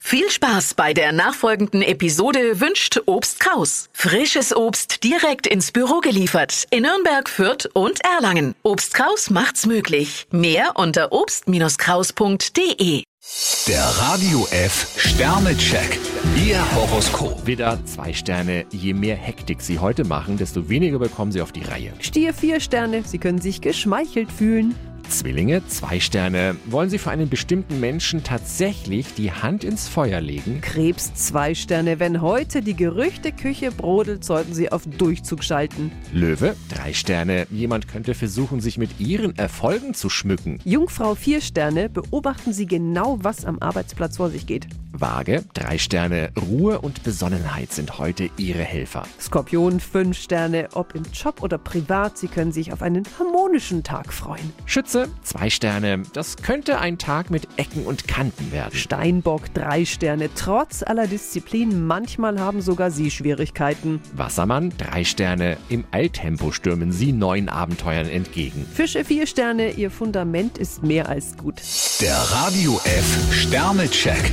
Viel Spaß bei der nachfolgenden Episode wünscht Obst Kraus. Frisches Obst direkt ins Büro geliefert in Nürnberg, Fürth und Erlangen. Obst Kraus macht's möglich. Mehr unter obst-kraus.de. Der Radio F Sternecheck. Ihr Horoskop. Widder, zwei Sterne. Je mehr Hektik Sie heute machen, desto weniger bekommen Sie auf die Reihe. Stier vier Sterne, Sie können sich geschmeichelt fühlen. Zwillinge, zwei Sterne. Wollen Sie für einen bestimmten Menschen tatsächlich die Hand ins Feuer legen? Krebs zwei Sterne, wenn heute die Gerüchteküche brodelt, sollten Sie auf Durchzug schalten. Löwe, drei Sterne. Jemand könnte versuchen, sich mit Ihren Erfolgen zu schmücken. Jungfrau vier Sterne, beobachten Sie genau, was am Arbeitsplatz vor sich geht. Waage, drei Sterne. Ruhe und Besonnenheit sind heute Ihre Helfer. Skorpion fünf Sterne, ob im Job oder privat, Sie können sich auf einen harmonischen Tag freuen. Schütze, zwei Sterne. Das könnte ein Tag mit Ecken und Kanten werden. Steinbock drei Sterne, trotz aller Disziplin, manchmal haben sogar Sie Schwierigkeiten. Wassermann, drei Sterne. Im Eiltempo stürmen Sie neuen Abenteuern entgegen. Fische vier Sterne, Ihr Fundament ist mehr als gut. Der Radio F Sternecheck.